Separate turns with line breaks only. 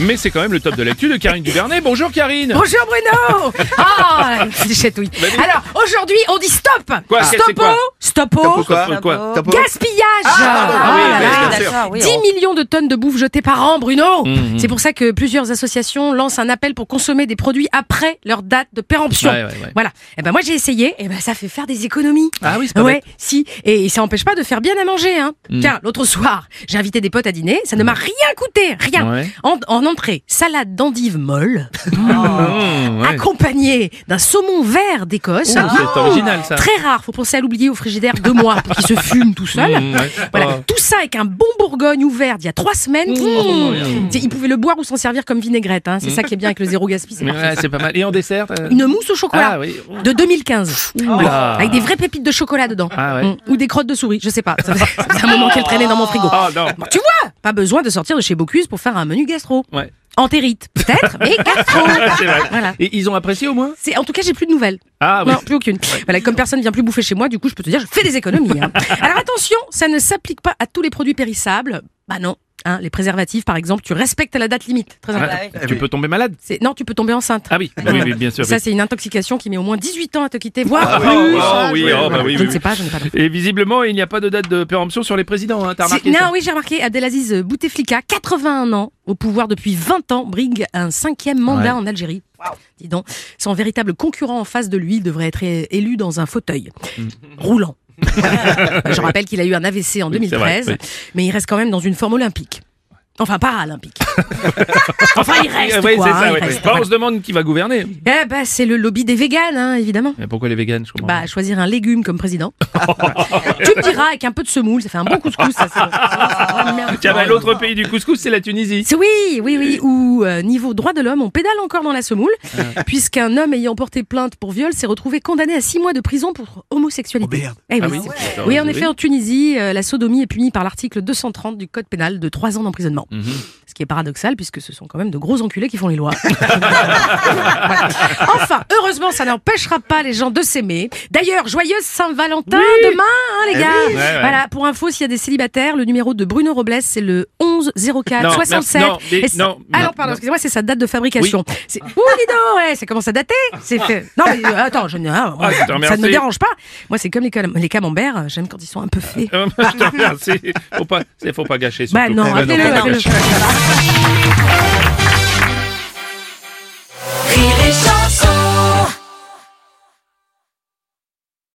Mais c'est quand même le top de l'actu de Karine Duvernet. Bonjour Karine
Bonjour Bruno Ah, je chatouille. Alors, aujourd'hui, on dit stop
Bah, Quoi, qu'est-ce que c'est
Stopo
quoi
Stopo
Pourquoi quoi
T'as pas-
Gaspillage
Ah oui, Mhm.
Oh là
mais
là.
bien sûr.
D'accord, oui,
10 millions de tonnes de bouffe jetées par an, Bruno C'est pour ça que plusieurs associations lancent un appel pour consommer des produits après leur date de péremption.
Ouais, ouais, ouais.
Voilà. Et ben moi j'ai essayé, et ben ça fait faire des économies.
Ah oui, c'est pas Hmm.
Ouais, si. Et ça empêche pas de faire bien à manger. Hein. Tiens, l'autre soir, j'ai invité des potes à dîner, ça ne m'a rien coûté, rien.
Ouais.
En, en entrée, salade d'endives molles. Ah.
Mmh, ouais.
accompagné d'un saumon vert d'Écosse. Ah.
Ouh, c'est original, ça.
Très rare, faut penser à l'oublier au frigidaire deux mois pour qu'il se fume tout seul.
Mmh, ouais.
Voilà.
Oh.
Tout ça avec un bon Bourgogne ouvert d'il y a trois semaines. Mmh. Tu sais, Ils pouvaient le boire ou s'en servir comme vinaigrette. hein. C'est ça qui est bien avec le zéro gaspille. c'est
Mais
parfait.
Mmh. ouais, c'est pas mal. Et en dessert euh,
Une mousse au chocolat
Ah oui.
de 2015. Ouais.
là.
Avec des vraies pépites de chocolat dedans.
Ah ouais.
Mmh. Ou des crottes de souris, je sais pas. Ça faisait ça faisait un moment qu'elle traînait dans mon frigo.
Oh non.
Bon, tu vois, pas besoin de sortir de chez Bocuse pour faire un menu gastro.
Ouais.
Entérite, peut-être, mais gastro.
C'est vrai.
Voilà.
Et ils ont apprécié au moins
C'est- En tout cas, j'ai plus de nouvelles.
Ah oui.
Non, plus aucune. Voilà, comme personne ne vient plus bouffer chez moi, du coup, je peux te dire, je fais des économies. hein. Alors attention, ça ne s'applique pas à tous les produits périssables. Bah non. hein, les préservatifs, par exemple, tu respectes la date limite. Très important.
oui.
Ah. Tu peux tomber malade
C'est- Non, tu peux tomber enceinte.
Ah oui, bah oui, oui, bien sûr.
Ça,
oui.
c'est une intoxication qui met au moins 18 ans à te quitter, voire
Ah oui.
plus.
Oh,
hein,
oui,
je-
oh, bah oui,
je
oui,
ne
oui.
sais pas, je n'ai pas d'infos.
Et visiblement, il n'y a pas de date de péremption sur les présidents. Hein. T'as
Si-
remarqué
non,
ça
oui, j'ai remarqué. Abdelaziz Bouteflika, 81 ans, au pouvoir depuis 20 ans, brigue un cinquième mandat en Algérie. Dis donc, son véritable concurrent en face de lui devrait être é- élu dans un fauteuil
Mm.
roulant. Bah, Je rappelle qu'il a eu un AVC en
Oui, c'est
2013,
vrai,
mais il reste quand même dans une forme olympique. Enfin, paralympique. enfin, il reste.
Oui,
quoi,
c'est
hein,
ça.
il
ouais.
reste.
Bah, on se demande qui va gouverner.
Eh ben, c'est le lobby des véganes, hein, évidemment.
Mais pourquoi les véganes Je comprends.
Bah, choisir un légume comme président. tu me diras, avec un peu de semoule, ça fait un bon couscous, ça. c'est bon. C'est vraiment merde.
Tiens, bah, l'autre pays du couscous, c'est la Tunisie.
C'est oui, oui, oui, où euh, niveau droit de l'homme, on pédale encore dans la semoule, puisqu'un homme ayant porté plainte pour viol s'est retrouvé condamné à six mois de prison pour homosexualité.
Oh merde.
Eh
Ah
oui,
oui,
c'est-
c'est-
oui, en effet, en Tunisie, euh, la sodomie est punie par l'article 230 du code pénal de trois ans d'emprisonnement.
Mhm.
Ce qui est paradoxal, puisque ce sont quand même de gros enculés qui font les lois. Voilà. Enfin, heureusement, ça n'empêchera pas les gens de s'aimer. D'ailleurs, joyeuse Saint-Valentin demain, hein, les gars.
Eh oui. Ouais, ouais.
Voilà, pour info, s'il y a des célibataires, le numéro de Bruno Robles, c'est le 11 04
Non,
67.
merci, non, mais-
Et c'est-
non,
ah
non,
non, pardon,
non.
excusez-moi, c'est sa date de fabrication. C'est... Ouh, dis donc, ouais, ça commence à dater. C'est fait. Non, mais euh, attends, je ne- ah,
Ah, je te
ça ne
remercie.
me dérange pas. Moi, c'est comme les, cam- les camemberts, j'aime quand ils sont un peu faits.
Euh, je te remercie. Faut pas, c'est- faut pas gâcher.
Bah
surtout.
non,
Ouais,
appelez-le,
faut pas
appelez-le.
gâcher.